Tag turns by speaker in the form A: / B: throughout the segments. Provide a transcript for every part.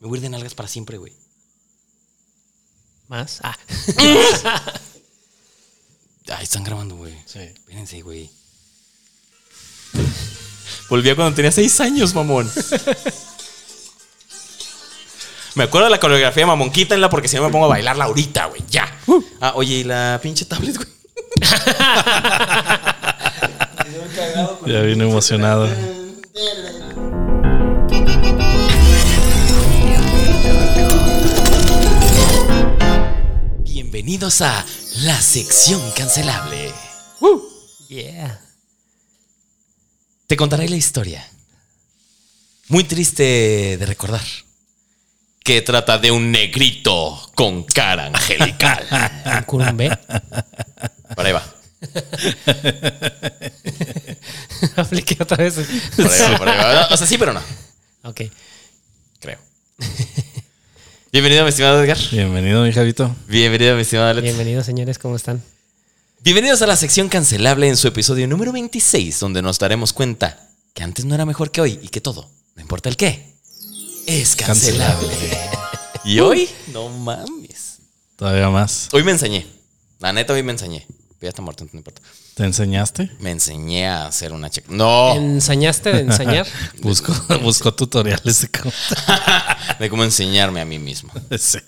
A: Me voy a ir de nalgas para siempre, güey.
B: Más. Ah.
A: Ay, están grabando, güey.
B: Sí.
A: Espérense, güey.
C: Volví a cuando tenía seis años, mamón. Me acuerdo de la coreografía, mamón. Quítenla porque si no me pongo a bailarla ahorita, güey. Ya.
A: Ah, oye, ¿y la pinche tablet, güey?
D: Ya vino emocionado.
A: Bienvenidos a la sección cancelable.
B: Yeah.
A: Te contaré la historia. Muy triste de recordar.
C: Que trata de un negrito con cara angelical.
B: Un curumbe.
C: Por ahí va.
B: Apliqué otra vez.
C: Por ahí va, por ahí va. O sea, sí, pero no.
B: ok.
C: Creo. Bienvenido, mi estimado Edgar.
D: Bienvenido, mi Javito.
C: Bienvenido, mi estimado Alex.
B: Bienvenidos, señores. ¿Cómo están?
A: Bienvenidos a la sección cancelable en su episodio número 26, donde nos daremos cuenta que antes no era mejor que hoy y que todo, no importa el qué, es cancelable.
C: ¿Y hoy?
A: No mames.
D: Todavía más.
C: Hoy me enseñé. La neta, hoy me enseñé. Ya está muerto, no importa.
D: ¿Te enseñaste?
C: Me enseñé a hacer una checa. ¡No!
B: ¿Ensañaste de ensañar?
D: Busco, busco tutoriales de cómo.
C: De cómo enseñarme a mí mismo.
D: Sí.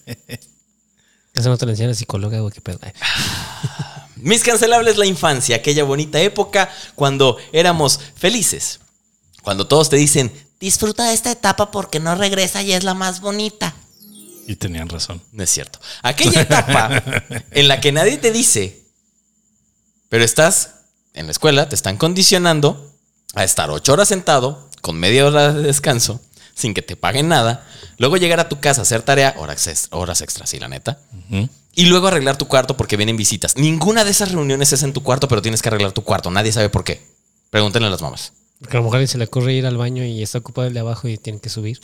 B: Eso no te lo enseña la psicóloga, güey. Qué pedo. Eh, Ay.
A: Mis cancelables la infancia, aquella bonita época cuando éramos felices. Cuando todos te dicen, disfruta de esta etapa porque no regresa y es la más bonita.
D: Y tenían razón.
A: No es cierto. Aquella etapa en la que nadie te dice, pero estás en la escuela, te están condicionando a estar ocho horas sentado, con media hora de descanso, sin que te paguen nada, luego llegar a tu casa a hacer tarea, horas, ex- horas extras, sí, la neta,
D: Ujú.
A: y luego arreglar tu cuarto porque vienen visitas. Ninguna de esas reuniones es en tu cuarto, pero tienes que arreglar tu cuarto. Nadie sabe por qué. Pregúntenle a las mamás.
B: Porque a lo mejor alguien se le ocurre ir al baño y está ocupado el de abajo y tienen que subir.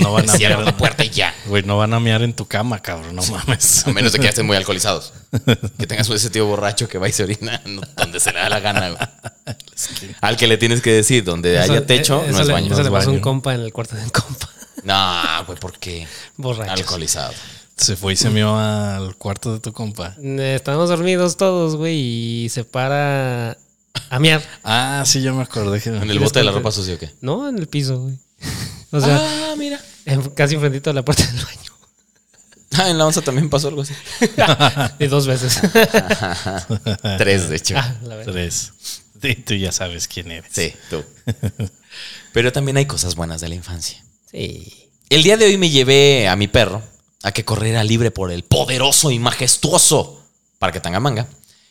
D: No van a
C: Cierra la
D: miar.
C: puerta y ya.
D: Güey, no van a miar en tu cama, cabrón. No mames.
C: A menos de que ya estén muy alcoholizados. Que tengas ese tío borracho que va y se orina donde se le da la gana. güey. Al que le tienes que decir, donde haya
B: Eso-
C: techo, no
B: eh, eso
C: es
B: le-
C: baño.
B: Eso le pasó a un
D: baño.
B: compa en el cuarto del compa.
C: No, güey, ¿por qué?
B: Borrachos.
C: Alcoholizado.
D: Se fue y se mió al cuarto de tu compa.
B: Eh, Estábamos dormidos todos, güey, y se para a miar,
D: Ah, sí, yo me acordé que.
C: ¿En el bote de la ropa sucia o qué?
B: ¿no? En el piso, güey. O sea,
C: Ah, mira.
B: en- casi enfrentito a la puerta del baño.
A: Ah, en la onza también pasó algo así.
B: De dos veces.
C: Tres, de hecho.
B: Ah, la verdad.
D: Tres. Y tú ya sabes quién eres.
C: Sí, tú.
A: Pero también hay cosas buenas de la infancia.
B: Sí.
A: El día de hoy me llevé a mi perro a que corriera libre por el poderoso y majestuoso Parque Tangamanga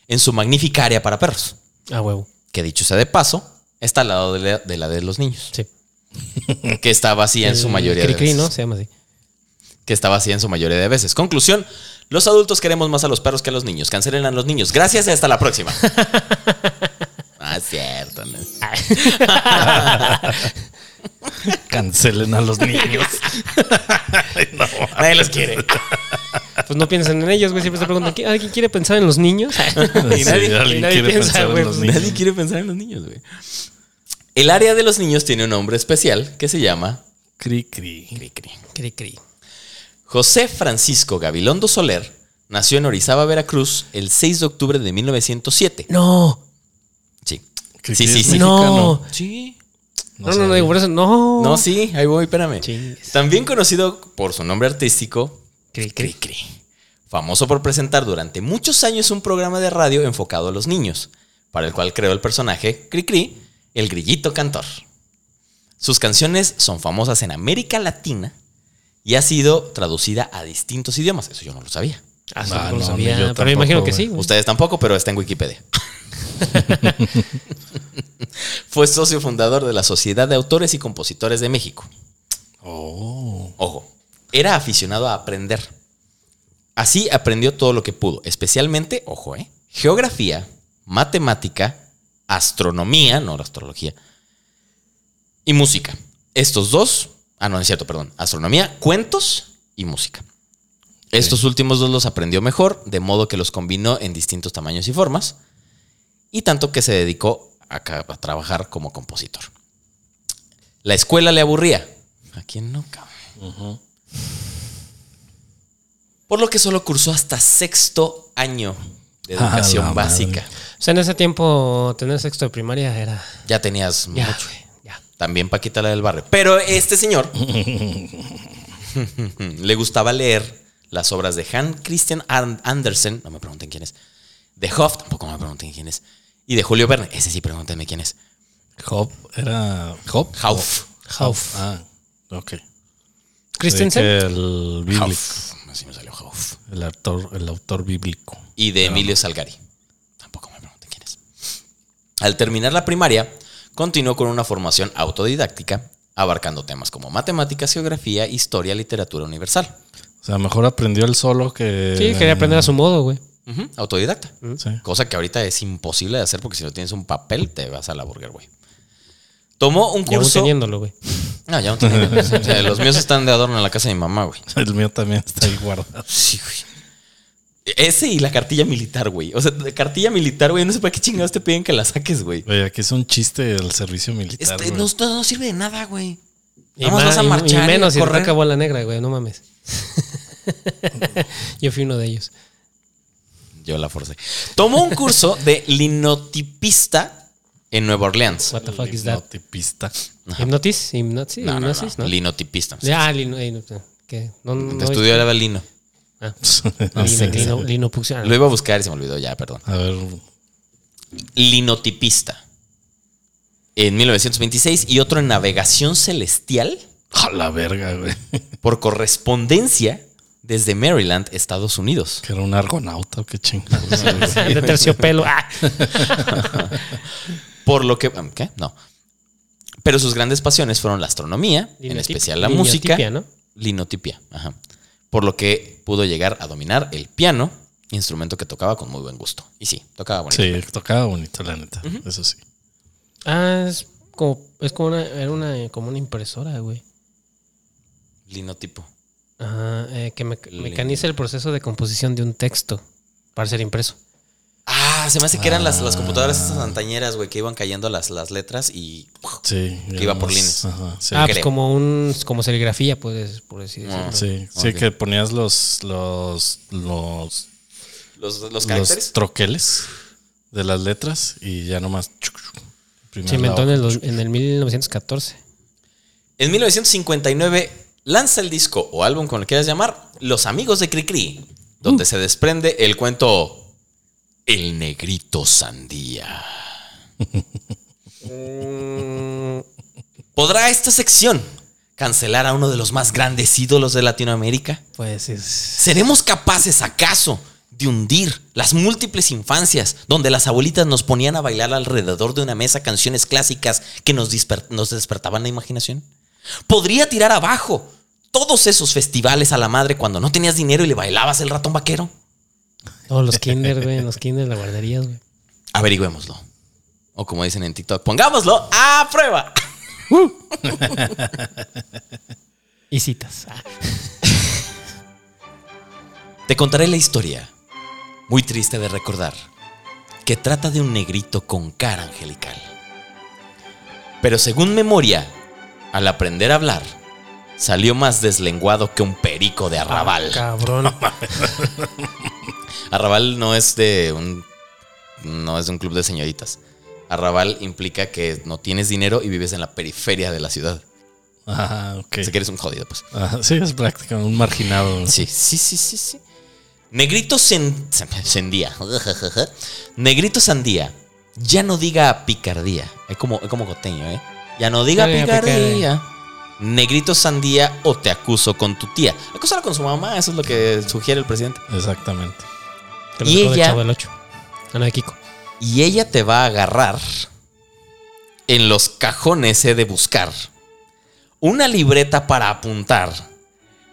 A: en su magnífica área para perros,
B: A huevo.
A: que dicho sea de paso, está al lado de la de, la de los niños,
B: Sí.
A: que está vacía en su
B: El
A: mayoría de
B: Cricri,
A: veces.
B: ¿no? Se llama así.
A: Que está vacía en su mayoría de veces. Conclusión, los adultos queremos más a los perros que a los niños. Cancelen a los niños. Gracias y hasta la próxima. ah, es cierto. ¿no?
D: Cancelen a los niños.
A: Nadie los quiere.
B: Pues no piensan en ellos, güey. Siempre se preguntan, ¿qui- ¿alguien quiere pensar en los niños? Ah,
D: Sí,
A: nadie-
D: alguien
B: nadie
D: quiere
B: piensa,
D: pensar en
B: güey,
D: los
B: pues,
D: niños.
A: Nadie quiere pensar en los niños, güey. El área de los niños tiene un nombre especial que se llama
D: Cri, cri.
A: Cricri.
B: Cri, cri.
A: José Francisco Gabilondo Soler nació en Orizaba, Veracruz, el 6 de octubre de 1907.
B: No.
A: Sí.
D: Cricri
A: Sí, sí,
D: es
A: sí.
B: No.
D: mexicano.
A: Sí.
B: No, no, no, digo por eso. No.
A: No, sí, ahí voy, espérame.
B: Oh. Chingues.
A: También conocido por su nombre artístico,
B: Cri, cri.
A: Cricri. Famoso por presentar durante muchos años un programa de radio enfocado a los niños, para el cual creó el personaje Cricri, el grillito cantor. Sus canciones son famosas en América Latina y ha sido traducida a distintos idiomas. Eso yo no lo sabía.
B: Ah,
D: Ah,
B: no, lo
D: no,
B: sabía.
D: ni yo
B: pero me imagino
D: tampoco,
B: que sí,
D: güey.
B: güey.
A: Ustedes tampoco, pero está en Wikipedia. Fue socio fundador de la Sociedad de Autores y Compositores de México.
D: Oh.
A: Ojo, era aficionado a aprender. Así aprendió todo lo que pudo, especialmente, ojo, eh, geografía, matemática, astronomía, no la astrología, y música. Estos dos, ah, no, no es cierto, perdón, astronomía, cuentos y música. Estos últimos dos los aprendió mejor, de modo que los combinó en distintos tamaños y formas, y tanto que se dedicó a, ca- a trabajar como compositor. La escuela le aburría. ¿A quién no, cabrón? por lo que solo cursó hasta sexto año de
D: A la
A: educación
D: madre.
A: básica.
B: O sea, en ese tiempo, tener sexto de primaria era.
A: Ya tenías
B: Ya,
A: mucho.
B: güey, ya.
A: También Paquita la del barrio. Pero este señor le gustaba leer las obras de Hans Christian An- Andersen, no me pregunten quién es, de Hoff, tampoco me pregunten quién es, y de Julio Verne, ese sí pregúntenme quién es,
D: Hop era. Hop.
A: Hauf.
B: Hauf.
D: Ah, ok.
B: Christensen.
D: De que El bíblico.
A: Hauf. Así me salió Hauf.
D: El autor, el autor bíblico.
A: y de Emilio Salgari. Tampoco me pregunten quién es. Al terminar la primaria, continuó con una formación autodidáctica, abarcando temas como matemáticas, geografía, historia, literatura universal.
D: O sea, mejor aprendió él solo que.
B: Sí, quería aprender a su modo, güey.
A: Ujú, Autodidacta.
D: Sí.
A: Cosa que ahorita es imposible de hacer porque si no tienes un papel te vas a la burger, güey. Tomó un
B: Y aún
A: curso.
B: teniéndolo, güey.
A: No, ya no tenía. O sea, Los míos están de adorno en la casa de mi mamá, güey.
D: El mío también está ahí guardado.
A: Sí, güey. Ese y la cartilla militar, güey. O sea, cartilla militar, güey. No sé para qué chingados te piden que la saques, güey.
D: Oye, aquí es un chiste del servicio militar.
A: Este,
D: güey.
A: no, no- no sirve de nada, güey.
B: Y,
A: Nada más
B: más,
A: vas a
B: y- y
A: marchar y
B: menos
A: a
B: si
A: correr.
B: acabó la negra, güey, no mames. Yo fui uno de ellos.
A: Yo la forcé. Tomó un curso de linotipista en Nueva Orleans.
B: What the fuck is that?
D: Hipnotipista.
B: Hipnotis, hipnotis,
A: No, no, no,
B: hipnosis, ¿no?
A: Linotipista.
B: Ya, lino, lino- ¿qué? No, no, no,
A: Estudió la lino.
B: Ah,
D: No
B: lino,
D: sé qué
B: lino,
D: sea.
B: linopucción.
A: Lo iba a buscar y se me olvidó ya, perdón.
D: A ver,
A: Linotipista. En 1926 y otro en navegación celestial
D: a la verga, güey.
A: por correspondencia desde Maryland, Estados Unidos.
D: Que era un argonauta o qué chingados. güey.
B: de terciopelo. Ah,
A: Por lo que... mm, ¿Qué? No. Pero sus grandes pasiones fueron la astronomía, en
B: linotip-
A: especial la
B: liniotipia,
A: música.
B: ¿no?
A: linotipia, ajá. por lo que pudo llegar a dominar el piano, instrumento que tocaba con muy buen gusto. Y sí, tocaba bonito.
D: Sí, tocaba bonito, la neta. Eso sí.
B: Ah, es como, es como una, era una, como una impresora, güey.
A: Linotipo.
B: Ajá, eh, que me- mecaniza el proceso de composición de un texto para ser impreso.
A: Ah, se me hace que eran las, las computadoras estas antañeras, güey, que iban cayendo las, las letras y...
D: Sí.
A: Que iba por
D: digamos,
A: líneas.
D: Ajá, sí.
B: ah, pues
A: creo.
B: como un, como serigrafía, puedes, por así decirlo.
A: Ah,
D: Sí, sí,
A: Ok.
D: que ponías los los los,
A: Los, los
D: los
A: caracteres.
D: troqueles de las letras y ya nomás. chuc, chuc, primero
B: Se
D: la
B: inventó en
D: hoja.
B: el, dos- en el 1914.
A: En 1959 lanza el disco o álbum, como le quieras llamar, Los Amigos de Cricri, donde se desprende el cuento El Negrito Sandía. ¿Podrá esta sección cancelar a uno de los más grandes ídolos de Latinoamérica?
B: Pues es.
A: ¿Seremos capaces acaso de hundir las múltiples infancias donde las abuelitas nos ponían a bailar alrededor de una mesa canciones clásicas que nos, disper- nos despertaban la imaginación? ¿Podría tirar abajo todos esos festivales a la madre cuando no tenías dinero y le bailabas el ratón vaquero?
B: No, los kinder, güey, los kinder, las guarderías, güey.
A: Averigüémoslo. O como dicen en TikTok, pongámoslo a prueba.
B: Y citas. Ah,
A: Te contaré la historia, muy triste de recordar, que trata de un negrito con cara angelical. Pero según memoria, al aprender a hablar, salió más deslenguado que un perico de arrabal.
B: Cabrón.
A: Arrabal no es de un no es de un club de señoritas. Arrabal implica que no tienes dinero y vives en la periferia de la ciudad.
D: Ah, ok.
A: Si que eres un jodido, pues.
D: Ah, sí, es prácticamente un marginado.
A: Sí, sí, sí, sí, sí. Negrito sen- sen- Sandía. Negrito Sandía. Ya no diga picardía. Es como, es como coteño, ¿eh? Ya no diga
B: No diga
A: picardía.
B: picardía.
A: Negrito Sandía o te acuso con tu tía. Acúsala con su mamá, eso es lo que sugiere el presidente.
D: Exactamente.
B: Te lo
A: Y
B: recuerdo el
A: ella-
B: chavo del 8. Ah, no, de Kiko.
A: Y ella te va a agarrar en los cajones he de buscar una libreta para apuntar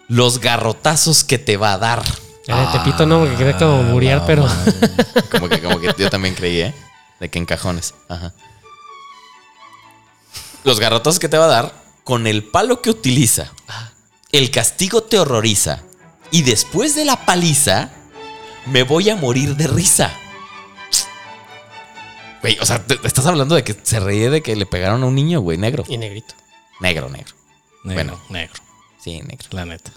A: los garrotazos que te va a dar.
B: La de Eh, Tepito Ah, no, porque quería como muriar,
D: la
B: pero.
D: madre.
A: Como que, como que yo también creí, ¿eh? De que en cajones. Ajá. Los garrotos que te va a dar, con el palo que utiliza, el castigo te horroriza. Y después de la paliza, me voy a morir de risa. Güey, o sea, te- te estás hablando de que se reía de que le pegaron a un niño, güey, negro.
B: Y negrito.
A: Negro, negro.
D: Negro,
A: Bueno.
D: negro,
A: Sí, negro.
D: la neta.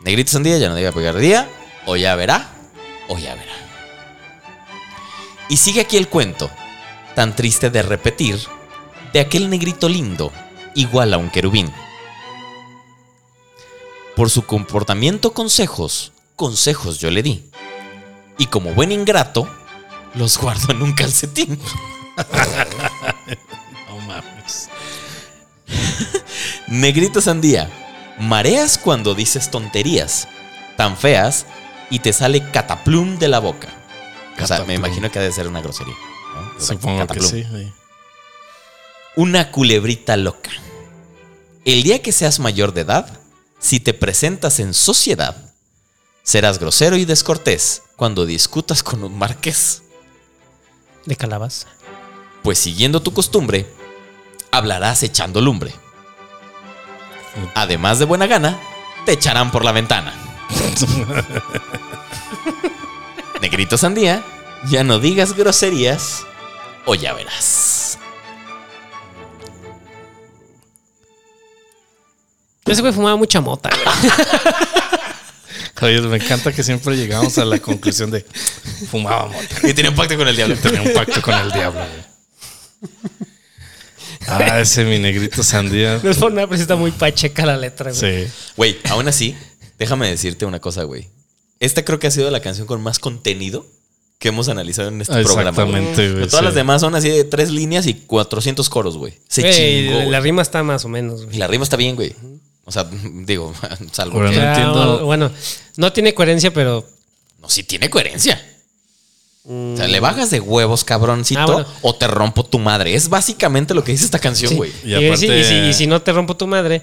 A: Negrito Sandía ya no diga picardía. O ya verá, o ya verá. Y sigue aquí el cuento, tan triste de repetir, de aquel negrito lindo, igual a un querubín. Por su comportamiento consejos, consejos yo le di. Y como buen ingrato, los guardo en un calcetín.
D: No mames.
A: Negrito Sandía, mareas cuando dices tonterías tan feas y te sale cataplum de la boca. O sea, me
D: Cataplum.
A: imagino que ha de ser una grosería. ¿no? O sea,
D: Supongo que
A: cataplum.
D: sí. sí.
A: Una culebrita loca. El día que seas mayor de edad, si te presentas en sociedad, serás grosero y descortés cuando discutas con un marqués.
B: De calabaza.
A: Pues siguiendo tu costumbre, hablarás echando lumbre. Además de buena gana, te echarán por la ventana. Negrito Sandía, ya no digas groserías o ya verás.
B: Ese güey fumaba mucha mota. güey.
D: Oye, me encanta que siempre llegamos a la conclusión de fumábamos.
A: Y tiene un pacto con el diablo.
D: Tenía un pacto con el diablo. güey. Ah, ese mi negrito sandía.
B: No es por nada, pero sí está muy pacheca la letra, güey.
D: Sí.
A: Güey, aún así, déjame decirte una cosa, güey. Esta creo que ha sido la canción con más contenido que hemos analizado en este programa. güey.
D: Exactamente, güey.
A: Pero todas
D: sí.
A: las demás son así de tres líneas y 400 coros, güey. Se
B: Güey,
A: chingó.
B: la-
A: güey.
B: la rima está más o menos, güey.
A: Y la rima está bien, güey. O sea, digo, salvo
D: Ahora
A: que-
D: no
B: Ah,
D: entiendo.
B: Bueno, no tiene coherencia, pero
A: No, si tiene coherencia. O sea, le bajas de huevos, cabroncito,
B: Ah, bueno.
A: o te rompo tu madre. Es básicamente lo que dice esta canción,
B: Sí.
A: güey.
D: Y
B: Y, si-
D: aparte-
B: y si, y si no te rompo tu madre,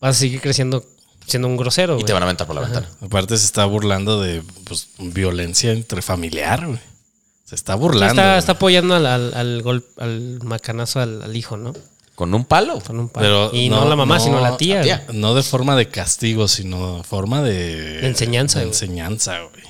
B: vas a seguir creciendo siendo un grosero.
A: Y
B: güey.
A: te van a aventar por la ventana.
D: Aparte se está burlando de pues, violencia intrafamiliar, güey. Se está burlando.
B: está,
D: güey.
B: está apoyando al, al, al gol- al macanazo al, al hijo, ¿no?
A: Con un palo.
B: Con un
D: Pero
B: palo. Y no,
D: no-
B: la mamá,
D: no,
B: sino la tía.
A: la tía.
B: güey.
D: No de forma de castigo, sino forma de...
B: De enseñanza,
D: de
B: güey.
D: enseñanza, güey.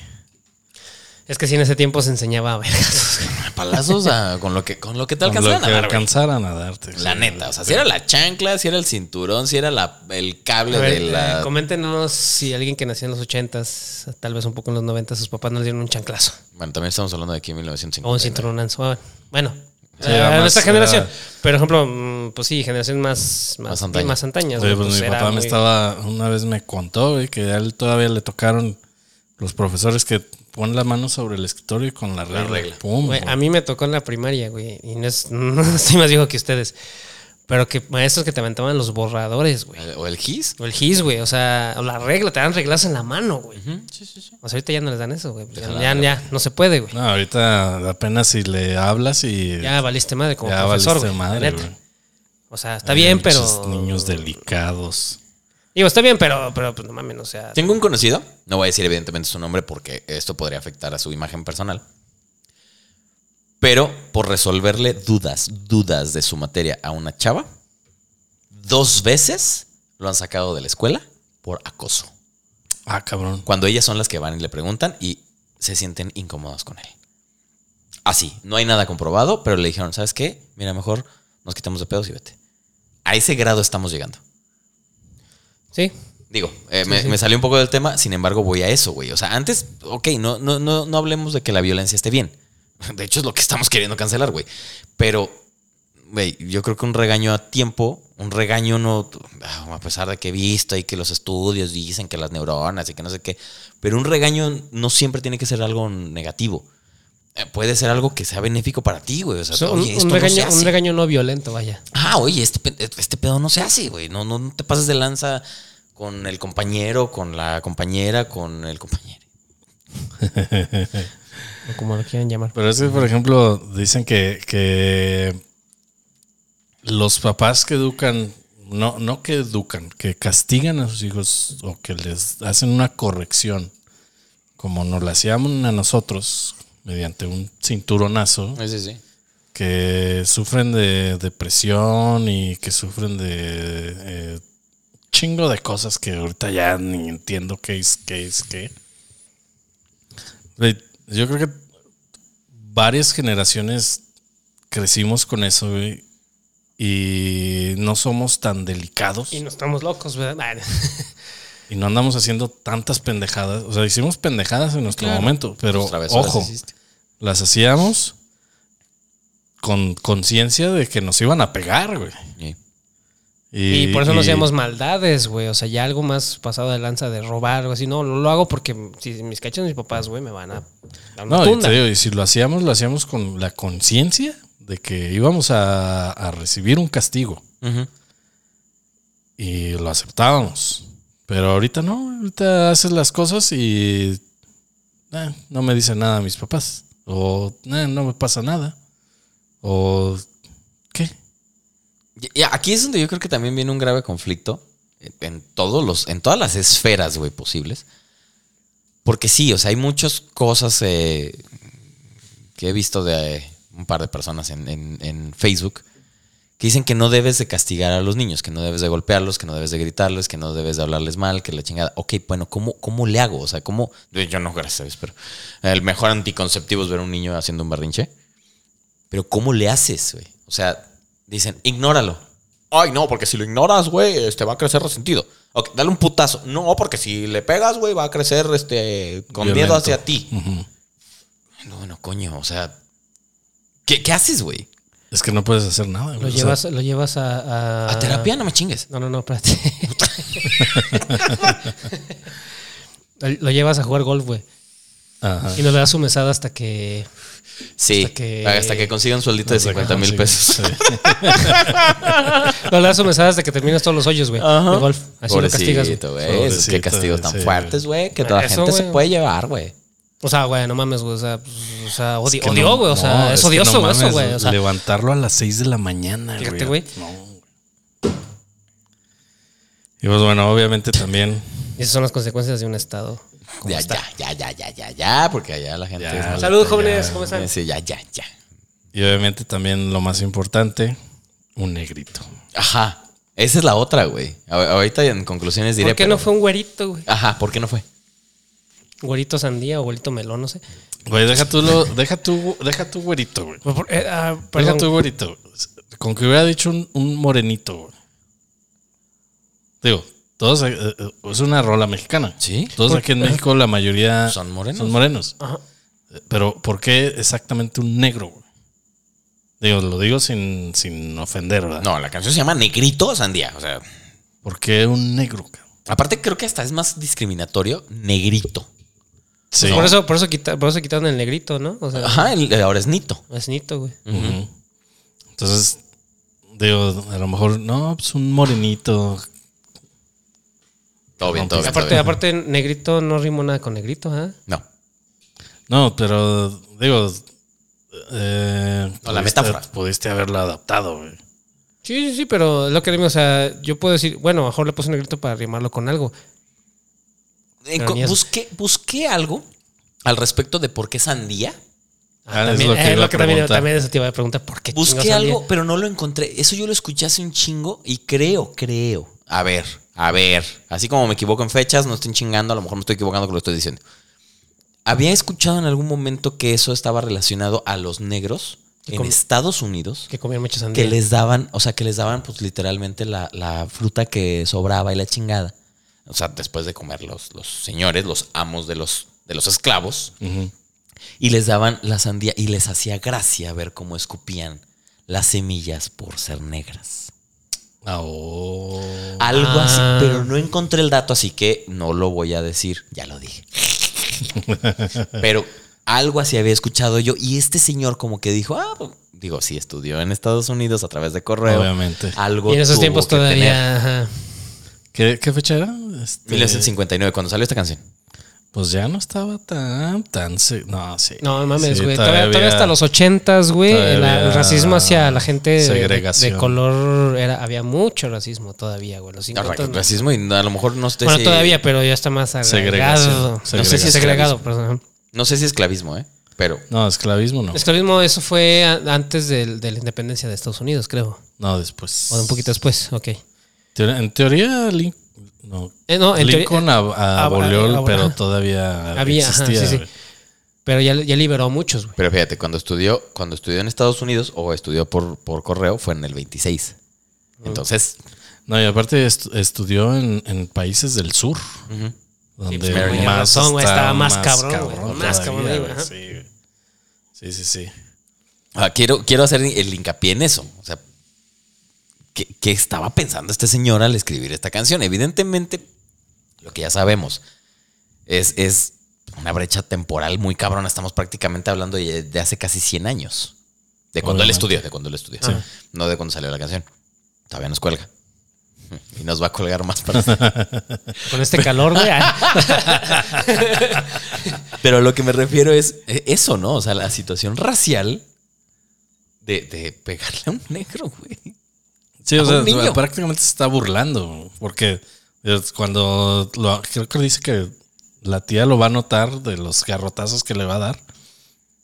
B: Es que si en ese tiempo se enseñaba a vergas.
A: Palazos a- con lo que con lo que te
D: Con lo
A: alcanzaran a
D: que
A: dar, güey.
D: alcanzaran a darte.
A: La
D: güey.
A: neta. O sea, si era la chancla, si era el cinturón, si era la- el cable
B: A ver,
A: de la.
B: eh, coméntenos si alguien que nació en los ochentas, tal vez un poco en los noventas, sus papás nos dieron un chanclazo.
A: Bueno, también estamos hablando de aquí en 1950.
B: O un cinturonazo. Ah, Bueno,
D: Sí,
B: eh,
D: era
B: a
D: más, ah,
B: nuestra
D: era-
B: generación. Pero, por ejemplo, mm, pues sí, generación más, más,
A: Más antaña.
B: más antañas.
D: Oye,
B: güey,
D: pues,
B: pues
D: mi
B: era
D: papá me
B: muy-
D: estaba, una vez me contó, güey, que a él todavía le tocaron los profesores que ponen la mano sobre el escritorio y con la regla.
A: regla.
D: Pum,
B: Güey,
D: güey.
B: a mí me tocó en la primaria, güey. Y no, es, no estoy más viejo que ustedes. Pero que maestros que te aventaban los borradores, güey.
A: O el GIS.
B: O el gis, güey. O sea, o la regla, te dan reglas en la mano, güey. O sea, ahorita ya no les dan eso, güey. Ya, ya, ya, no se puede, güey.
D: No, ahorita apenas si le hablas y
B: Ya valiste madre como
D: ya
B: profesor,
D: valiste
B: güey. la
D: madre,
B: neta.
D: güey.
B: O sea, está bien, pero.
D: Pinches Niños delicados.
B: Digo, está bien, pero, pero pues no mames, o sea.
A: Tengo un conocido, no voy a decir evidentemente su nombre porque esto podría afectar a su imagen personal. Pero por resolverle dudas, dudas de su materia a una chava, dos veces lo han sacado de la escuela por acoso.
D: Ah, cabrón.
A: Cuando ellas son las que van y le preguntan y se sienten incómodas con él. Así, no hay nada comprobado, pero le dijeron, ¿sabes qué? Mira, mejor nos quitamos de pedos y vete. A ese grado estamos llegando.
B: Sí.
A: Digo, eh, me, me salió un poco del tema, sin embargo voy a eso, güey. O sea, antes, ok, no, no, no, no hablemos de que la violencia esté bien. De hecho, es lo que estamos queriendo cancelar, güey. Pero, güey, yo creo que un regaño a tiempo, un regaño no, ah, a pesar de que he visto y que los estudios dicen que las neuronas y que no sé qué, pero un regaño no siempre tiene que ser algo negativo. Eh, Puede ser algo que sea benéfico para ti, güey. O
D: Pues,
A: sea,
B: O sea, un,
A: oye,
B: un
A: esto no se
B: regaño, un
A: hace.
B: regaño no violento, vaya.
A: Ah, oye, este, pe- este pedo no se hace, güey. No, no, no te pases de lanza con el compañero, con la compañera, con el compañero.
B: O como lo quieran llamar.
D: Pero es que, por ejemplo, dicen que, que los papás que educan, no, no que educan, que castigan a sus hijos o que les hacen una corrección, como nos la hacían a nosotros, mediante un cinturonazo,
A: Sí, sí.
D: que sufren de depresión y que sufren de eh, chingo de cosas que ahorita ya ni entiendo qué es, qué es, qué. Güey, Yo creo que varias generaciones crecimos con eso, güey, Y no somos tan delicados.
B: Y no estamos locos, ¿verdad? Ah,
D: Y no andamos haciendo tantas pendejadas. O sea, hicimos pendejadas en nuestro
A: Claro.
D: momento, pero
A: Tus travesuras
D: ojo,
A: hiciste.
D: las hacíamos con conciencia de que nos iban a pegar, güey.
A: Sí.
B: Y, por eso no
D: y-
B: hacíamos maldades, güey. O sea, ya algo más pasado de lanza de robar, algo así. No, lo, lo hago porque si mis cachos mis papás, güey, me van a dar una
D: No, y
B: tunda.
D: te digo, y si lo hacíamos, lo hacíamos con la conciencia de que íbamos a, a recibir un castigo
A: Ujú.
D: y lo aceptábamos. Pero ahorita no, ahorita haces las cosas y eh, no me dicen nada a mis papás. O eh, no me pasa nada. O qué.
A: Y- y aquí es donde yo creo que también viene un grave conflicto en- en todos los, en todas las esferas, güey, posibles. Porque sí, o sea, hay muchas cosas eh, que he visto de eh, un par de personas en, en- en Facebook que dicen que no debes de castigar a los niños, que no debes de golpearlos, que no debes de gritarles, que no debes de hablarles mal, que la chingada. Ok, bueno, ¿cómo, cómo le hago? O sea, ¿cómo? Yo no, gracias a Dios, pero el mejor anticonceptivo es ver a un niño haciendo un berrinche. Pero ¿cómo le haces, güey? O sea, dicen, ignóralo. Ay, no, porque si lo ignoras, güey, este va a crecer resentido. Ok, dale un putazo. No, porque si le pegas, güey, va a crecer este con miedo
D: Violento.
A: hacia ti. No, no, coño, o sea, ¿qué, qué haces, güey?
D: Es que no puedes hacer nada.
B: Lo
D: güey. O sea,
B: llevas, lo llevas a,
A: A terapia no me chingues.
B: No, no, no, espérate. Lo- lo llevas a jugar golf, güey.
D: ajá.
B: Y no le das su mesada hasta que.
A: Sí,
B: Hasta
A: hasta
B: que-
A: que, consiga un sueldito de 50 mil
D: Sí,
A: pesos.
D: sí.
B: No le das su mesada hasta que terminas todos los hoyos, güey. De golf. Así lo castigas. güey.
A: Pobrecito, güey. Esos qué
D: Pobrecito,
A: castigos tan
D: sí,
A: fuertes, güey, que toda la
B: Eso,
A: gente se
B: güey.
A: puede llevar, güey.
B: O sea, güey, no mames, güey. O sea, pues, o sea odi-
D: Es que
B: odió,
D: no-
B: güey. o sea,
D: no,
B: es
D: que
B: odioso,
D: no
B: güey, eso,
D: mames,
B: güey. O sea,
D: levantarlo a las 6 de la mañana,
B: Fíjate, güey.
D: No, güey. Y pues bueno, obviamente también.
B: esas son las consecuencias de un estado.
A: Ya, ya, ya, ya, ya, ya, ya, porque allá la gente.
D: Ya,
A: es más-
D: Salud,
B: Saludos,
D: ya,
B: jóvenes. ¿Cómo están?
A: Sí, ya, ya, ya.
D: Y obviamente también lo más importante, un negrito.
A: Ajá. Esa es la otra, güey. A- Ahorita en conclusiones diré.
B: ¿Por qué
A: pero-
B: no fue un güerito, güey?
A: Ajá, ¿por qué no fue?
B: Güerito sandía o güerito melón, no sé.
D: Güey, deja tú, lo, deja tú, deja tú güerito, güey.
B: Por- por- eh, ah,
D: Deja tú
B: perdón.
D: güerito. Con que hubiera dicho un, un morenito, güey. Digo, todos, eh, eh, es una rola mexicana.
A: Sí.
D: Todos aquí en México la mayoría
A: Son morenos.
D: Son morenos.
B: Ajá.
D: Pero, ¿por qué exactamente un negro? güey? Digo, lo digo sin, sin ofender, ¿verdad?
A: No, la canción se llama Negrito Sandía. O sea,
D: ¿Por qué un negro? cabrón?
A: aparte creo que hasta es más discriminatorio, negrito.
D: Sí.
B: Por eso, por eso, quita- por eso quitaron el negrito, ¿no? O sea,
A: Ajá, el- ahora es Nito.
B: es nito, güey.
D: Entonces, digo, a lo mejor, no, pues un morenito.
A: Todo bien, todo bien. todo
B: Aparte,
A: bien.
B: aparte, negrito no rimo nada con negrito, ¿ah?
A: No.
D: No, pero, digo. eh,
A: No, la
D: pudiste-
A: metáfora.
D: Pudiste haberlo adaptado, güey.
B: Sí, sí, sí, pero lo que digo, o sea, yo puedo decir, bueno, mejor le puse negrito para rimarlo con algo.
A: Eh,
B: Pero
A: co-
B: ni eso.
A: busqué, busqué algo al respecto de por qué Sandía.
D: Ah, es
B: También-
D: lo que
B: eh,
D: iba a
B: también,
D: preguntar.
B: también eso te iba a preguntar, ¿por qué
A: Busqué
B: chingados
A: algo,
B: salía?
A: pero no lo encontré. Eso yo lo escuché hace un chingo y creo, creo. A ver, a ver. Así como me equivoco en fechas, no estoy chingando, a lo mejor me estoy equivocando con lo que estoy diciendo. Había escuchado en algún momento que eso estaba relacionado a los negros en
B: com-
A: Estados Unidos
B: Que comían mucha sandía.
A: que les daban, o sea, que les daban pues literalmente la, la fruta que sobraba y la chingada. O sea, después de comer los, los señores, los amos de los, de los esclavos, y les daban la sandía y les hacía gracia ver cómo escupían las semillas por ser negras.
D: Ah, oh.
A: Algo
B: Ah.
A: así, pero no encontré el dato, así que no lo voy a decir, ya lo dije. pero algo así había escuchado yo y este señor como que dijo, ah, pues, digo, sí, estudió en Estados Unidos a través de correo.
D: Obviamente.
A: Algo
B: Y en esos
A: tuvo
B: tiempos
A: que tener.
B: todavía. ajá.
D: ¿Qué, qué fecha era? Este,
A: 1959, cuando salió esta canción.
D: Pues ya no estaba tan, tan. se- No, sí.
B: No, mames,
D: Sí,
B: güey. todavía,
D: había-
B: todavía hasta los ochentas, güey.
D: todavía
B: El, el
D: había
B: racismo hacia la gente de- de,
D: segregación.
B: color. Era, había mucho racismo todavía, güey. Los 50 no.
A: Racismo y a lo mejor no estoy
B: Bueno,
A: si-
B: todavía, pero ya está más agregado.
D: Segregación.
B: No sé si
A: Segregación.
B: es segregado, perdón.
A: No sé si esclavismo, ¿eh? Pero
D: No, esclavismo no.
B: Esclavismo, eso fue a- antes del- de la independencia de Estados Unidos, creo.
D: No, después.
B: O un poquito después, ok.
D: Teor- en teoría, Lin- no.
B: Eh, no, en teoría-
D: Lincoln ab- abolió,
B: ab- ab-
D: pero
B: ajá.
D: todavía
B: Había, ajá,
D: existía.
B: sí, sí.
D: güey.
B: Pero ya, ya liberó a muchos, güey.
A: Pero fíjate, cuando estudió, cuando estudió en Estados Unidos o estudió por, por correo fue en el 26. Entonces,
D: No, y aparte estu- estudió en, en países del sur.
B: Sí,
D: Donde
B: pues, con mayor
D: más
B: razón, güey,
D: está
B: estaba más cabrón, güey, más
D: todavía,
B: cabrón,
D: güey,
B: ajá.
D: sí, güey. sí, sí, sí.
A: Ah, quiero, quiero hacer el hincapié en eso. O sea, ¿qué, qué estaba pensando este señor al escribir esta canción? Evidentemente, lo que ya sabemos es, es una brecha temporal muy cabrona. Estamos prácticamente hablando de, de hace casi 100 años. De cuando él
D: Obviamente.
A: estudió, de cuando él estudió.
B: Sí.
A: No de cuando salió la canción. Todavía nos cuelga. Y nos va a colgar más para
B: Con este calor, güey. ay,
A: Pero a lo que me refiero es eh, eso, ¿no? O sea, la situación racial de, de pegarle a un negro, güey.
D: Sí, o
A: A un
D: sea,
A: niño.
D: prácticamente se está burlando, porque es cuando lo- creo que dice que la tía lo va a notar de los garrotazos que le va a dar.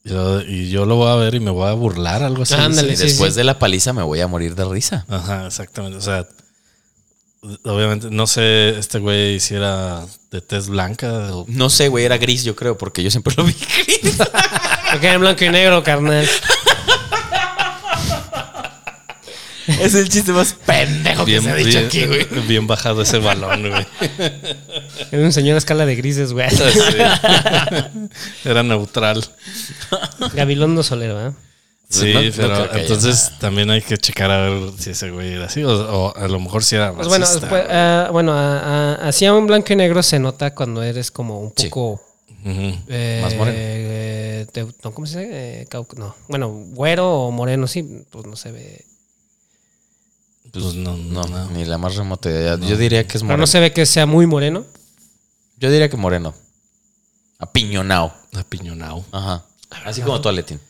D: Y yo, y yo lo voy a ver y me voy a burlar, algo así.
B: Ándale.
A: Y
B: Sí,
A: después
B: sí.
A: de la paliza me voy a morir de risa.
D: Ajá, exactamente. O sea, obviamente, no sé, este güey si era de tez blanca o
A: No sé, güey, era gris, yo creo, porque yo siempre lo vi gris.
B: Porque era en blanco y negro, carnal.
A: es el chiste más pendejo que
D: bien,
A: se ha dicho
D: bien-
A: aquí, güey.
D: bien bajado ese balón, güey.
B: Era un señor a escala de grises, güey.
D: Sí. Era neutral.
B: Gabilondo ¿eh? Soler, ¿verdad?
D: Sí,
A: No- no
D: pero
A: creo que haya
D: entonces también hay que checar a ver si ese güey era así o, o a lo mejor si era
B: Pues bueno,
D: racista.
B: pues, ah, bueno, ah, ah, así a un blanco y negro se nota cuando eres como un
A: Sí.
B: poco.
D: Ujú.
B: eh,
A: Más moreno.
B: eh, teu- no, ¿Cómo se dice? Eh, cauc- no. Bueno, güero o moreno, sí, pues no se ve.
D: Pues no, no,
A: No,
D: no.
A: ni la más remota idea. Yo diría que es
B: Pero
A: moreno.
B: no se ve que sea muy moreno.
A: Yo diría que moreno. Apiñonao.
D: Apiñonao.
A: Ajá. Así como tu aletín.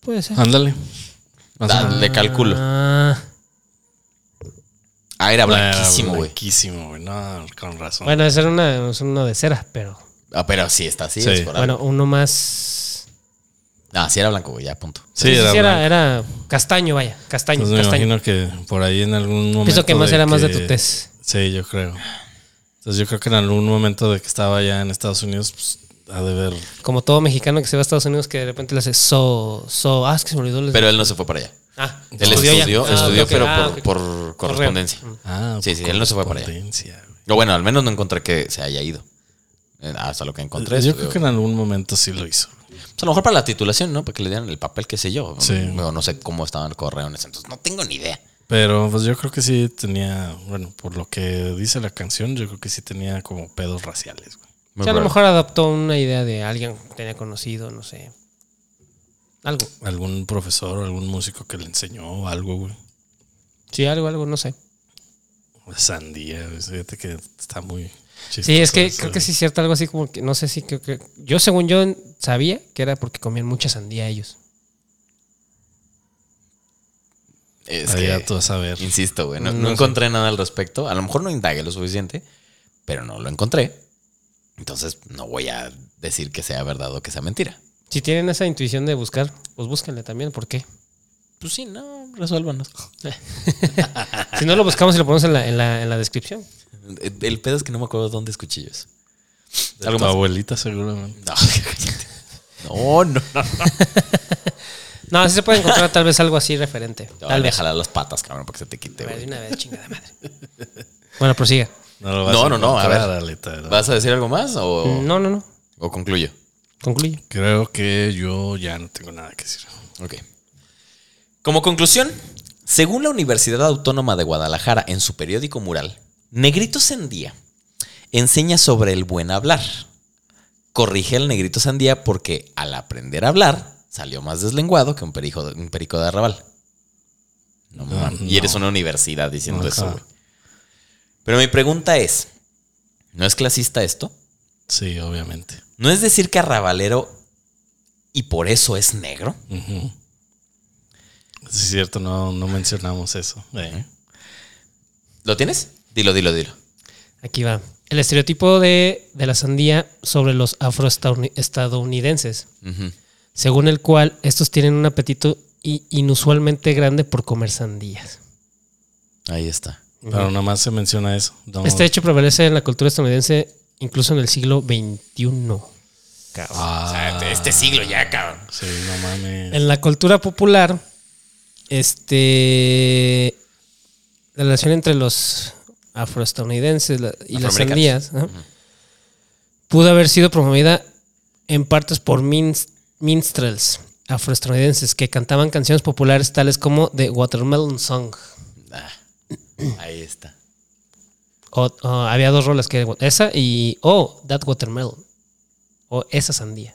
B: Puede ser.
D: Ándale. Más o
A: Da-
D: menos.
A: Le calculo.
B: Ah,
A: Ah, era
D: Era
A: blanquísimo, güey.
D: Blanquísimo, güey. No, con razón.
B: bueno, ese era una, es uno de cera, pero.
A: Ah, pero sí está así.
D: Sí.
A: es por algo.
B: Bueno, uno más.
A: Ah, sí era blanco, güey, ya, punto.
D: sí,
B: Sí,
D: era,
B: sí,
D: blanco.
B: era, era castaño, vaya. Castaño,
D: Entonces me
B: castaño.
D: imagino que por ahí en algún momento.
B: Pienso que más
D: de
B: era más de
D: que-
B: tu tez.
D: Sí, yo creo. Entonces yo creo que en algún momento de que estaba allá en Estados Unidos, pues ha de ver.
B: Como todo mexicano que se va a Estados Unidos que de repente le hace so, so. Ah, es que se me olvidó. el-
A: Pero él no se fue para allá.
B: ah,
A: Él estudió,
B: ya.
A: estudió,
B: Ah, ok,
A: pero
B: ah,
A: por,
B: ok.
A: por correspondencia.
D: Ah,
A: Sí, sí, él no se fue para allá.
D: potencia, güey.
A: O bueno, al menos no encontré que se haya ido. Eh, Hasta lo que encontré.
D: Yo
A: estudió.
D: creo que en algún momento sí lo hizo.
A: Pues a lo mejor para la titulación, ¿no? Para que le dieran el papel, qué sé yo.
D: Sí.
A: No, no sé cómo estaba el correo en ese entonces. No tengo ni idea.
D: Pero pues yo creo que sí tenía, bueno, por lo que dice la canción, yo creo que sí tenía como pedos raciales. güey.
B: O sea, a lo mejor adaptó una idea de alguien que tenía conocido, no sé. Algo.
D: Algún profesor o algún músico que le enseñó algo, güey.
B: Sí, algo, algo, no sé.
D: La Sandía, güey, fíjate que está muy chistoso.
A: Este
B: Sí, es que
D: eso.
B: creo que sí es cierto, algo así como que no sé si creo que. Yo, según yo, sabía que era porque comían mucha sandía ellos.
A: Es
D: Ahí
A: que,
D: ya tú vas a ver.
A: insisto, güey, no, no encontré nada al respecto. A lo mejor no indagué lo suficiente, pero no lo encontré. Entonces no voy a decir que sea verdad o que sea mentira.
B: Si tienen esa intuición de buscar, pues búsquenle también, ¿por qué?
A: Pues sí, no, resuélvanos.
B: Si no lo buscamos y lo ponemos en la, en la, en la descripción.
A: El pedo es que no me acuerdo dónde escuché yo eso.
D: De
A: algo
D: tu
A: más.
D: abuelita seguramente.
A: No, cállate. no, no. no.
B: No, así se puede encontrar tal vez algo así referente. Tal
A: Dale,
B: vez.
A: jala las patas, cabrón, para que se te quite,
B: A ver, de
A: güey.
B: una vez, chingada madre. Bueno, prosiga.
D: No, lo vas
A: No,
D: a
A: no, no, a
D: encontrar,
A: ver.
D: Aleta, ¿verdad?
A: ¿Vas a decir algo más o,
B: No, no, no.
A: o concluyo?
B: Concluye.
D: Creo que yo ya no tengo nada que decir.
A: Ok. Como conclusión, según la Universidad Autónoma de Guadalajara en su periódico mural, Negrito Sandía enseña sobre el buen hablar. Corrige al Negrito Sandía porque al aprender a hablar salió más deslenguado que un, perijo de- un perico de arrabal. No, mames. Y eres una universidad diciendo
D: Ajá.
A: eso, güey. Pero mi pregunta es, ¿no es clasista esto?
D: Sí, obviamente.
A: ¿No es decir que arrabalero y por eso es negro?
D: Ujú. Sí, es cierto, no, no mencionamos eso. eh.
A: ¿Lo tienes? Dilo, dilo, dilo.
B: Aquí va. El estereotipo de, de la sandía sobre los afroestadounidenses,
A: Ujú.
B: según el cual estos tienen un apetito i- inusualmente grande por comer sandías.
A: Ahí está.
D: Pero nomás se menciona eso. No,
B: Este hecho prevalece en la cultura estadounidense incluso en el siglo XXI.
A: este siglo ya, cabrón.
D: Sí, no mames.
B: En la cultura popular, este la relación entre los afroestadounidenses la- y las sandías ¿no? pudo haber sido promovida en partes por mins- minstrels afroestadounidenses que cantaban canciones populares tales como The Watermelon Song.
C: Ahí está.
B: O- o había dos rolas que esa y oh, That Watermelon. O esa sandía.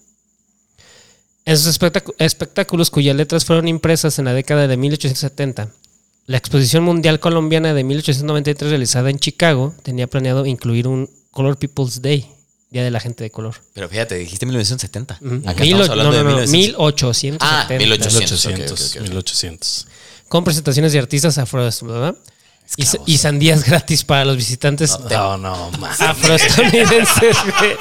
B: Esos espectacu- espectáculos cuyas letras fueron impresas en la década de 1870. La exposición mundial colombiana de 1893 realizada en Chicago tenía planeado incluir un Color People's Day, Día de la Gente de Color.
A: Pero fíjate, dijiste 1970.
B: Ujú.
A: Acá
B: Mil
A: estamos
B: o-
A: hablando
B: no, no, no,
A: de 1970.
B: 1870.
A: Ah, 1800.
D: 1800.
A: ok, ok, ok.
D: 1800.
B: Con presentaciones de artistas afroestadounidenses y, sa- y sandías gratis para los visitantes
D: No, no, más.
B: afroestadounidenses, güey,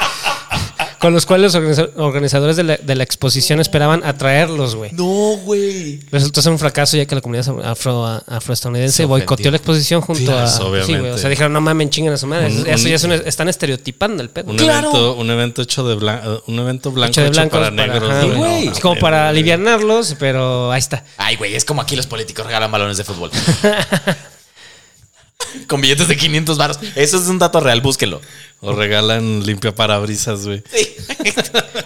B: Con los cuales los organiza- organizadores de la, de la exposición esperaban atraerlos, güey.
A: No, güey.
B: Resultó ser un fracaso ya que la comunidad afro, afroestadounidense
A: Se ofendió.
B: boicoteó la exposición junto a.
D: Claro,
B: sí,
D: pues, obviamente.
B: güey, o sea, dijeron, no mamen, chingan a su madre.
D: Un-
B: Eso
D: un-
B: ya es un- están estereotipando el pedo.
D: Un,
B: Claro.
D: evento, un evento hecho de blanco, un evento blanco
B: Hecho
D: hecho,
B: de blancos
D: para, negros.
B: ajá,
D: güey.
B: güey.
D: No,
B: Es como
D: mames,
B: para
D: güey.
B: aliviarlos, pero ahí está.
A: Ay, güey, es como aquí los políticos regalan balones de fútbol. Con billetes de 500 baros. Eso es un dato real, búsquelo.
D: O regalan limpia parabrisas, güey.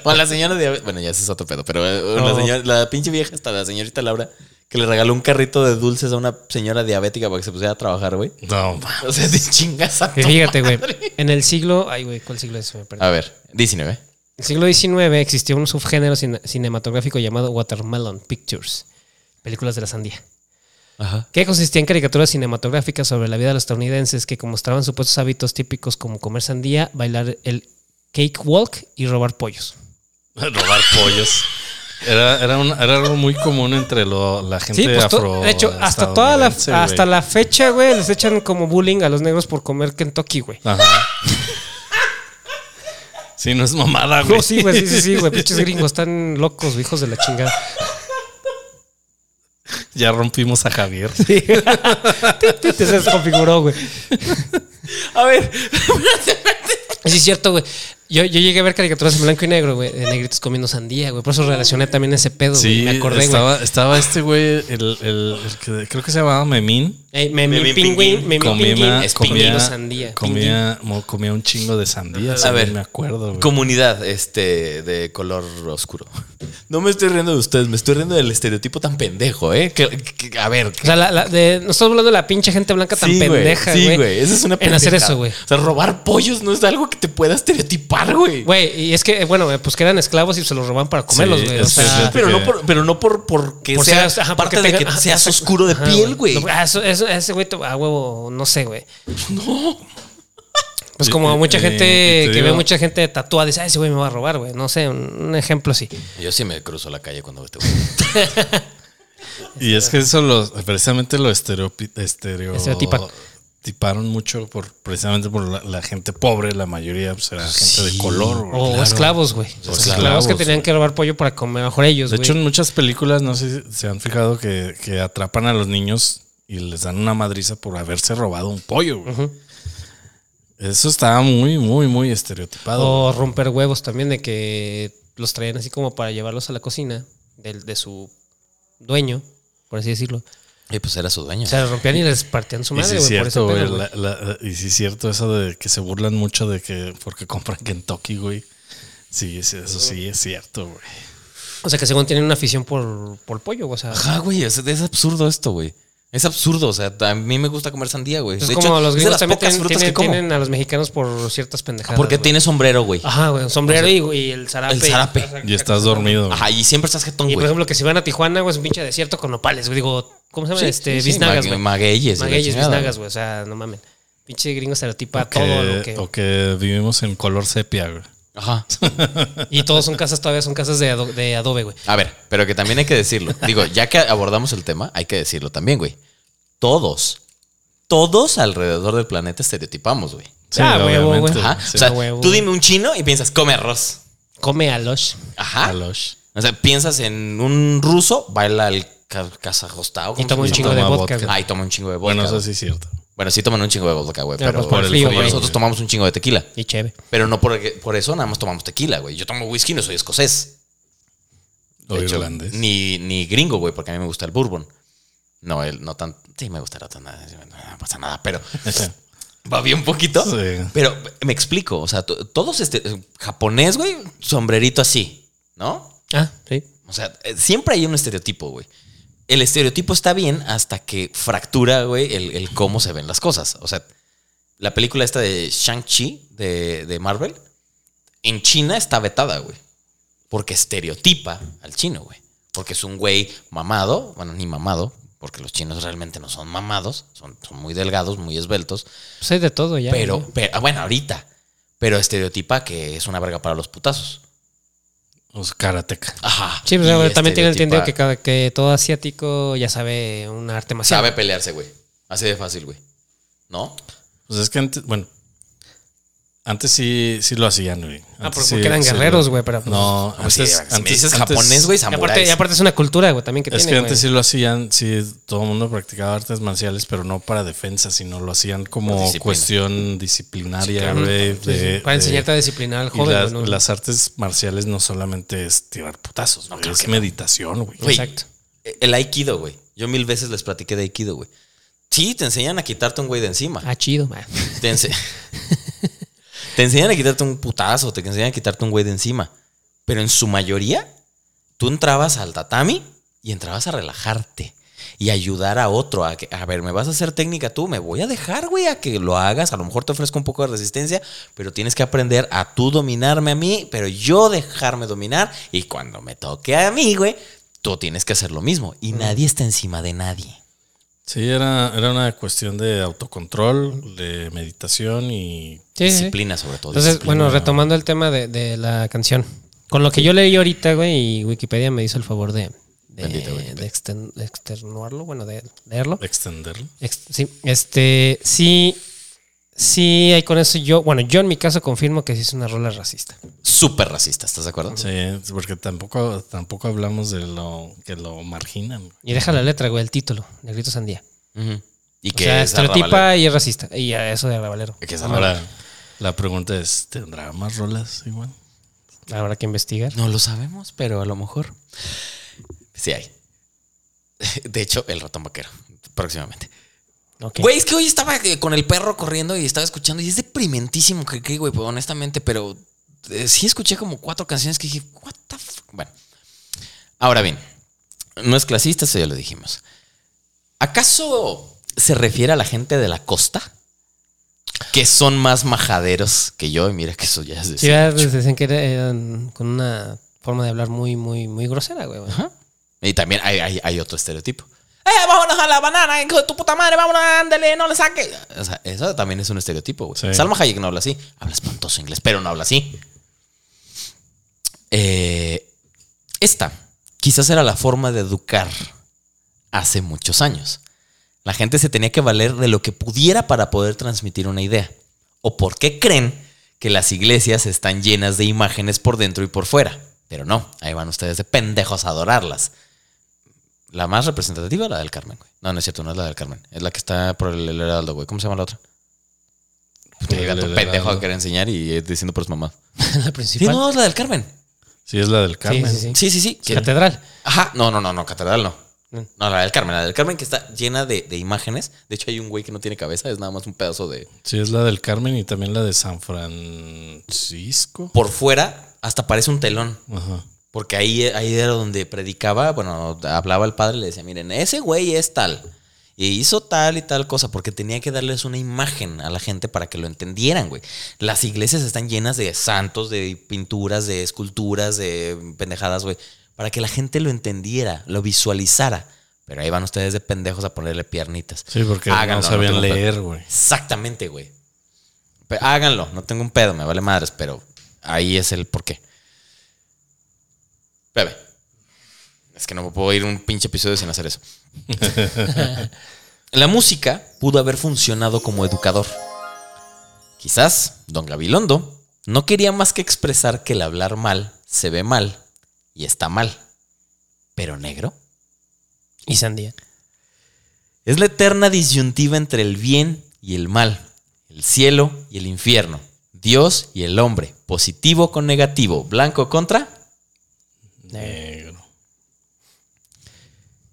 A: O a la señora de. Bueno, ya ese es otro pedo, pero eh, la,
B: No.
A: señora- la pinche vieja, hasta la señorita Laura, que le regaló un carrito de dulces a una señora diabética para que se pusiera a trabajar, güey.
D: No, mames.
A: O sea, te chingas a
B: Que
A: tu
B: Fíjate, güey.
A: madre.
B: En el siglo. Ay, güey, ¿cuál siglo es? Me
D: Ah.
B: perdí.
A: A ver, 19.
B: En el siglo XIX existió un subgénero cine- cinematográfico llamado Watermelon Pictures, películas de la sandía,
A: Ajá.
B: que consistía en caricaturas cinematográficas sobre la vida de los estadounidenses que mostraban supuestos hábitos típicos como comer sandía, bailar el cakewalk y robar pollos.
D: robar pollos. Era, era, un- era algo muy común entre lo- la gente
B: Sí, pues, to-
D: afro.
B: de hecho, hasta toda la,
D: estadounidense,
B: hasta
D: güey.
B: la fecha, güey, les echan como bullying a los negros por comer Kentucky, güey.
D: Ajá. Sí, no es mamada, güey.
B: No, Oh, sí, güey, sí, sí, sí, güey. Pinches gringos están locos, hijos de la chingada.
D: Ya rompimos a Javier.
B: Sí. Se desconfiguró, güey.
A: A ver,
B: Sí, es cierto, güey. Yo, yo llegué a ver caricaturas en blanco y negro, güey, de negritos comiendo sandía, güey. Por eso relacioné también ese pedo, güey.
D: Sí,
B: me acordé, güey.
D: estaba, estaba este güey, el, el- el que creo que se llamaba Memín.
B: Eh, me mi
A: Memín
B: pingüín,
A: Pinguín
B: me mi pingüín,
D: Comía,
B: es
D: comía,
B: pingüino sandía. pingüín.
D: comía, mo- comía un chingo de sandías.
A: A
D: A
A: ver.
D: ver, me acuerdo. güey.
A: comunidad este, de color oscuro. No me estoy riendo de ustedes, me estoy riendo del estereotipo tan pendejo, ¿eh? Que- que- a ver,
B: O sea, la, la- de, no estamos hablando de la pinche gente blanca tan
A: Sí, güey,
B: pendeja,
A: Sí,
B: güey.
A: güey. Esa es una
B: En hacer
A: pendejada.
B: eso, güey.
A: O sea, robar pollos no es algo que te pueda estereotipar, güey.
B: Güey, y es que, eh, bueno, eh, pues que eran esclavos y se los roban para comerlos,
D: Sí,
B: güey. o
D: es que
B: sea,
D: es-
A: Pero no
D: que-
A: por, pero no por porque
B: por
A: sea
B: ser- ajá,
A: parte
B: porque
A: de
B: tengan-
A: que
B: ajá,
A: seas
B: ajá,
A: oscuro de
B: ajá,
A: piel, güey.
B: No, ah, eso- eso- ese güey, to- a huevo, no sé, güey. No. Pues como
D: Eh,
B: mucha
D: eh,
B: gente
D: y te
B: que ve
D: digo-
B: mucha gente tatuada, dice, ah, ese güey me va a robar, güey. No sé, un, un ejemplo así.
A: Yo sí me cruzo la calle cuando este
D: Y es que eso los, precisamente lo estereopi- estereo-
B: Estereotipan.
D: tiparon mucho por precisamente por la, la gente pobre, la mayoría pues, era gente de color. güey.
B: O esclavos, güey. O esclavos,
D: esclavos,
B: que tenían que robar pollo para comer, a lo mejor ellos,
D: De
B: güey.
D: hecho, en muchas películas, no sé si se han fijado que, que atrapan a los niños y les dan una madriza por haberse robado un pollo. güey. Eso estaba muy, muy, muy estereotipado.
B: o romper huevos también, de que los traían así como para llevarlos a la cocina del, de su dueño, por así decirlo.
A: Y pues era su dueño.
B: O sea, los rompían y les partían su
D: Y sí
B: madre,
D: es
B: güey. por ese
D: cierto,
B: pedo,
D: güey,
B: güey.
D: la- la- y sí es cierto eso de que se burlan mucho de que porque compran Kentucky, güey. Sí, sí, eso sí es cierto, güey.
B: O sea, que según tienen una afición por, por pollo, güey, o sea.
A: Ajá, güey. Es, es absurdo esto, güey. Es absurdo. O sea, a mí me gusta comer sandía, güey.
B: Es
A: de
B: como
A: hecho,
B: los
A: es de
B: gringos
A: las
B: también
A: pocas
B: tienen,
A: frutas
B: tienen-
A: que como.
B: tienen a los mexicanos por ciertas pendejadas.
A: Porque
B: güey.
A: tiene sombrero, güey.
B: Ajá, güey, sombrero y, y el zarape.
A: el zarape.
D: Y estás dormido. güey.
A: Ajá, y siempre estás jetón,
B: Y por
A: güey.
B: ejemplo, que si van a Tijuana, güey, es un pinche desierto con nopales, güey. Digo, ¿cómo se llama?
A: Sí,
B: este,
A: sí, sí,
B: biznagas,
A: mague-
B: güey.
A: magueyes y la
B: Magueyes,
A: chingada,
B: biznagas, güey. O sea, no mamen. Pinche gringo estereotipa
D: Que-
B: todo lo que.
D: O que vivimos en color sepia, güey.
A: Ajá.
B: Y todos son casas, todavía son casas de, ado- de adobe, güey.
A: A ver, pero que también hay que decirlo. Digo, ya que abordamos el tema, hay que decirlo también, güey. Todos, todos alrededor del planeta estereotipamos, güey.
D: Sí,
B: Ah, huevo,
D: obviamente,
B: güey.
A: Ajá. o
D: sí.
A: sea,
B: huevo.
A: tú dime un chino y piensas, come arroz.
B: Come a los.
A: Ajá.
D: Alosh.
A: O sea, piensas en un ruso, baila el ca- kazajostao.
B: Y toma un
D: Y
B: chingo de
D: toma
B: vodka,
D: vodka.
B: güey.
A: Ay, toma un chingo de vodka.
D: Bueno,
A: Bueno,
D: eso
A: sí.
D: sí es cierto.
A: bueno, sí toman un chingo de vodka, güey.
B: Pero
A: Pero,
B: pues por
A: pero
B: el frío, güey.
A: nosotros tomamos un chingo de tequila.
B: Y chévere.
A: Pero no por, por eso nada más tomamos tequila, güey. Yo tomo whisky, no soy escocés.
D: O
A: De hecho,
D: irlandés.
A: Ni, ni gringo, güey, porque a mí me gusta el bourbon. No, él no tan. Sí, me gustará tan. No pasa nada, pero. Va bien poquito.
D: Sí.
A: Pero me explico. O sea, to- todos este. Japonés, güey, sombrerito así, ¿no?
B: Ah, sí.
A: O sea, eh, siempre hay un estereotipo, güey. El estereotipo está bien hasta que fractura, güey, el, el cómo se ven las cosas. O sea, la película esta de Shang-Chi de, de Marvel, en China está vetada, güey. Porque estereotipa al chino, güey. Porque es un güey mamado, bueno, ni mamado, porque los chinos realmente no son mamados, son, son muy delgados, muy esbeltos.
B: Pues hay de todo ya.
A: pero,
B: ¿no?
A: pero- ah, bueno, ahorita. Pero estereotipa que es una verga para los putazos.
D: O sea, karateca.
A: Ajá.
B: Sí, pero
A: Y
B: también tiene
A: estereotipa-
B: entendido que, cada, que todo asiático ya sabe un arte marcial.
A: Sabe pelearse, güey. Así de fácil, güey. ¿No?
D: Pues es que antes, bueno, antes sí, sí lo hacían, güey.
B: Ah,
D: Antes
B: porque
D: sí-
B: eran
D: sí
B: guerreros,
D: lo-
B: güey, pero. pues,
D: No,
A: Pues sí,
D: Ah, antes,
A: si me
D: antes-
A: dices
D: antes-
A: japonés, güey,
B: y aparte,
A: samuráis.
B: y aparte es una cultura, güey, también que
D: Es
B: tiene.
D: que antes
B: güey.
D: sí lo hacían, sí, todo el mundo practicaba artes marciales, pero no para defensa, sino lo hacían como
A: Por disciplina.
D: cuestión disciplinaria,
B: Ujú.
D: güey.
B: Sí, sí,
D: de-
B: Para
D: de-
B: enseñarte a disciplinar al
D: y
B: joven,
D: las,
B: güey, ¿no?
D: las artes marciales no solamente es tirar putazos, güey, es meditación, güey.
A: Güey,
B: Exacto.
A: El aikido, güey. Yo mil veces les platiqué de aikido, güey. Sí, te enseñan a quitarte un güey de encima.
B: Ah, chido. ah.
A: Te, ense- te enseñan a quitarte un putazo, te enseñan a quitarte un güey de encima. Pero en su mayoría, tú entrabas al tatami y entrabas a relajarte y ayudar a otro. A, que, a ver, me vas a hacer técnica tú, me voy a dejar, güey, a que lo hagas. A lo mejor te ofrezco un poco de resistencia, pero tienes que aprender a tú dominarme a mí, pero yo dejarme dominar. Y cuando me toque a mí, güey, tú tienes que hacer lo mismo. Y
B: Mm.
A: nadie está encima de nadie.
D: Sí, era, era una cuestión de autocontrol, de meditación y
B: Sí, sí.
A: Disciplina, sobre todo.
B: Entonces, bueno, retomando el tema de, de la canción. Con lo que yo leí ahorita, güey, y Wikipedia me hizo el favor de, de,
A: Bendita Wikipedia.
B: de extern- de externuarlo, bueno, de leerlo.
D: extenderlo.
B: Ex- sí, este, sí, sí, hay con eso yo, bueno, yo en mi caso confirmo que sí es una rola racista.
A: Súper racista, ¿estás de acuerdo?
D: Sí, porque tampoco, tampoco hablamos de lo que lo marginan.
B: Y deja la letra, güey, el título, Negrito Sandía.
A: Ujú. Y
B: o sea,
A: es
B: estereotipa
A: arrabalero.
B: y es racista. Y a eso de Arrabalero.
A: Que es arrabalero.
D: Ahora, la pregunta es, ¿tendrá más rolas igual?
B: Habrá que investigar.
A: No lo sabemos, pero a lo mejor sí hay. De hecho, el ratón vaquero, próximamente.
B: Ok.
A: Güey, es que hoy estaba eh, con el perro corriendo y estaba escuchando y es deprimentísimo, que, que, güey, pues, honestamente, pero eh, sí escuché como cuatro canciones que dije, what the fuck? Bueno, ahora bien, no es clasista, eso ya lo dijimos. ¿Acaso se refiere a la gente de la costa? Que son más majaderos que yo, y mira que eso ya es
B: Sí,
A: decir
B: ya les decían que era- eran con una forma de hablar muy, muy, muy grosera, güey.
A: Ajá. Y también hay, hay- hay otro estereotipo. ¡Eh, vámonos a la banana, hijo de tu puta madre! ¡Vámonos, ándale, no le saques! O sea, eso también es un estereotipo, güey.
D: Sí.
A: Salma Hayek no habla así. Habla espantoso inglés, pero no habla así. Eh, esta quizás era la forma de educar hace muchos años. La gente se tenía que valer de lo que pudiera para poder transmitir una idea. ¿O por qué creen que las iglesias están llenas de imágenes por dentro y por fuera? Pero no, ahí van ustedes de pendejos a adorarlas. La más representativa, la del Carmen, güey. No, no es cierto, no es la del Carmen. Es la que está por el, el Heraldo, güey. ¿Cómo se llama la otra? Te llega tu
D: El- el-
A: pendejo a querer enseñar y eh, diciendo por su mamá.
B: La
A: Sí,
B: principal.
A: no, es la del Carmen.
D: Sí, es la del Carmen.
B: sí, sí.
A: Sí, sí, sí. que-
B: Catedral.
A: Ajá, no, no, no, no, catedral no.
B: Mm.
A: No, la del Carmen, la del Carmen que está llena de, de imágenes. De hecho, hay un güey que no tiene cabeza, es nada más un pedazo de.
D: Sí, es la del Carmen y también la de San Francisco.
A: Por fuera, hasta parece un telón.
D: Ajá.
A: Porque ahí, ahí era donde predicaba, bueno, hablaba el padre y le decía, miren, ese güey es tal. Y hizo tal y tal cosa, porque tenía que darles una imagen a la gente para que lo entendieran, güey. Las iglesias están llenas de santos, de pinturas, de esculturas, de pendejadas, güey. Para que la gente lo entendiera, lo visualizara. Pero ahí van ustedes de pendejos a ponerle piernitas.
D: Sí, porque
A: Háganlo,
D: no sabían
A: tengo pedo.
D: leer, güey.
A: Exactamente, güey. Pe- háganlo, no tengo un pedo, me vale madres, pero ahí es el porqué. Bebe. Es que no me puedo ir un pinche episodio sin hacer eso. La música pudo haber funcionado como educador. Quizás don Gabilondo no quería más que expresar que el hablar mal se ve mal y está mal. Pero negro
B: Y Sandía.
A: es la eterna disyuntiva entre el bien y el mal, el cielo y el infierno, Dios y el hombre, positivo con negativo, blanco contra.
D: Negro.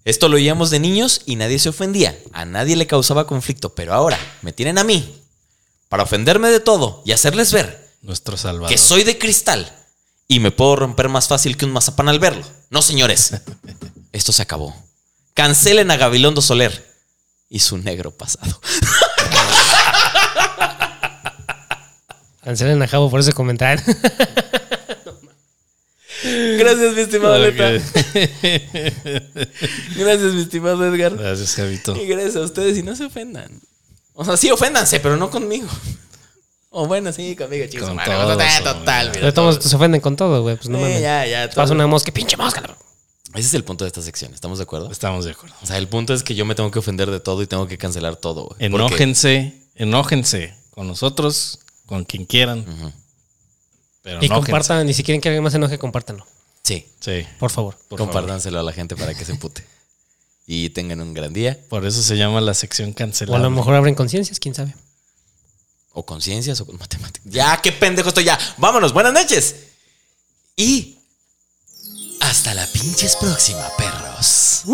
A: Esto lo oíamos de niños y nadie se ofendía, a nadie le causaba conflicto, pero ahora me tienen a mí para ofenderme de todo y hacerles ver
D: Nuestro salvador.
A: que soy de cristal y me puedo romper más fácil que un mazapán al verlo. No, señores, esto se acabó. Cancelen a Gabilondo Soler y su negro pasado.
B: Cancelen a Jabo por ese comentario.
A: Gracias, mi estimado Leta. Gracias, mi estimado Edgar.
D: Gracias, Javito.
A: Y gracias a ustedes y no se ofendan. O sea, sí, oféndanse, pero no conmigo. O bueno, sí, conmigo, chicos.
D: Con
A: Vale,
D: todos,
A: total,
D: hombre.
A: total, mira,
B: Pero todos se ofenden con todo, güey. Pues no
A: Eh,
B: mames.
A: ya, ya,
B: Pasa
A: todo.
B: una mosca, pinche mosca. cabrón.
A: Ese es el punto de esta sección, ¿estamos de acuerdo?
B: Pues,
D: Estamos de acuerdo.
A: O sea, el punto es que yo me tengo que ofender de todo y tengo que cancelar todo. güey. Porque-
D: Enójense, enójense con nosotros, con quien quieran. Pero
B: Y
D: enójense.
B: compartan, y si quieren que alguien más se enoje, compártanlo.
A: Sí,
D: Sí,
B: Por favor.
D: por favor.
A: compártanselo a la gente para que se empute. y tengan un gran día.
D: Por eso se llama la sección
B: O a
D: cancelada.
B: lo mejor abren conciencias, quién sabe.
A: O con ciencias o con matemáticas. Ya, qué pendejo estoy ya. Vámonos, buenas noches. Y hasta la pinches próxima, perros.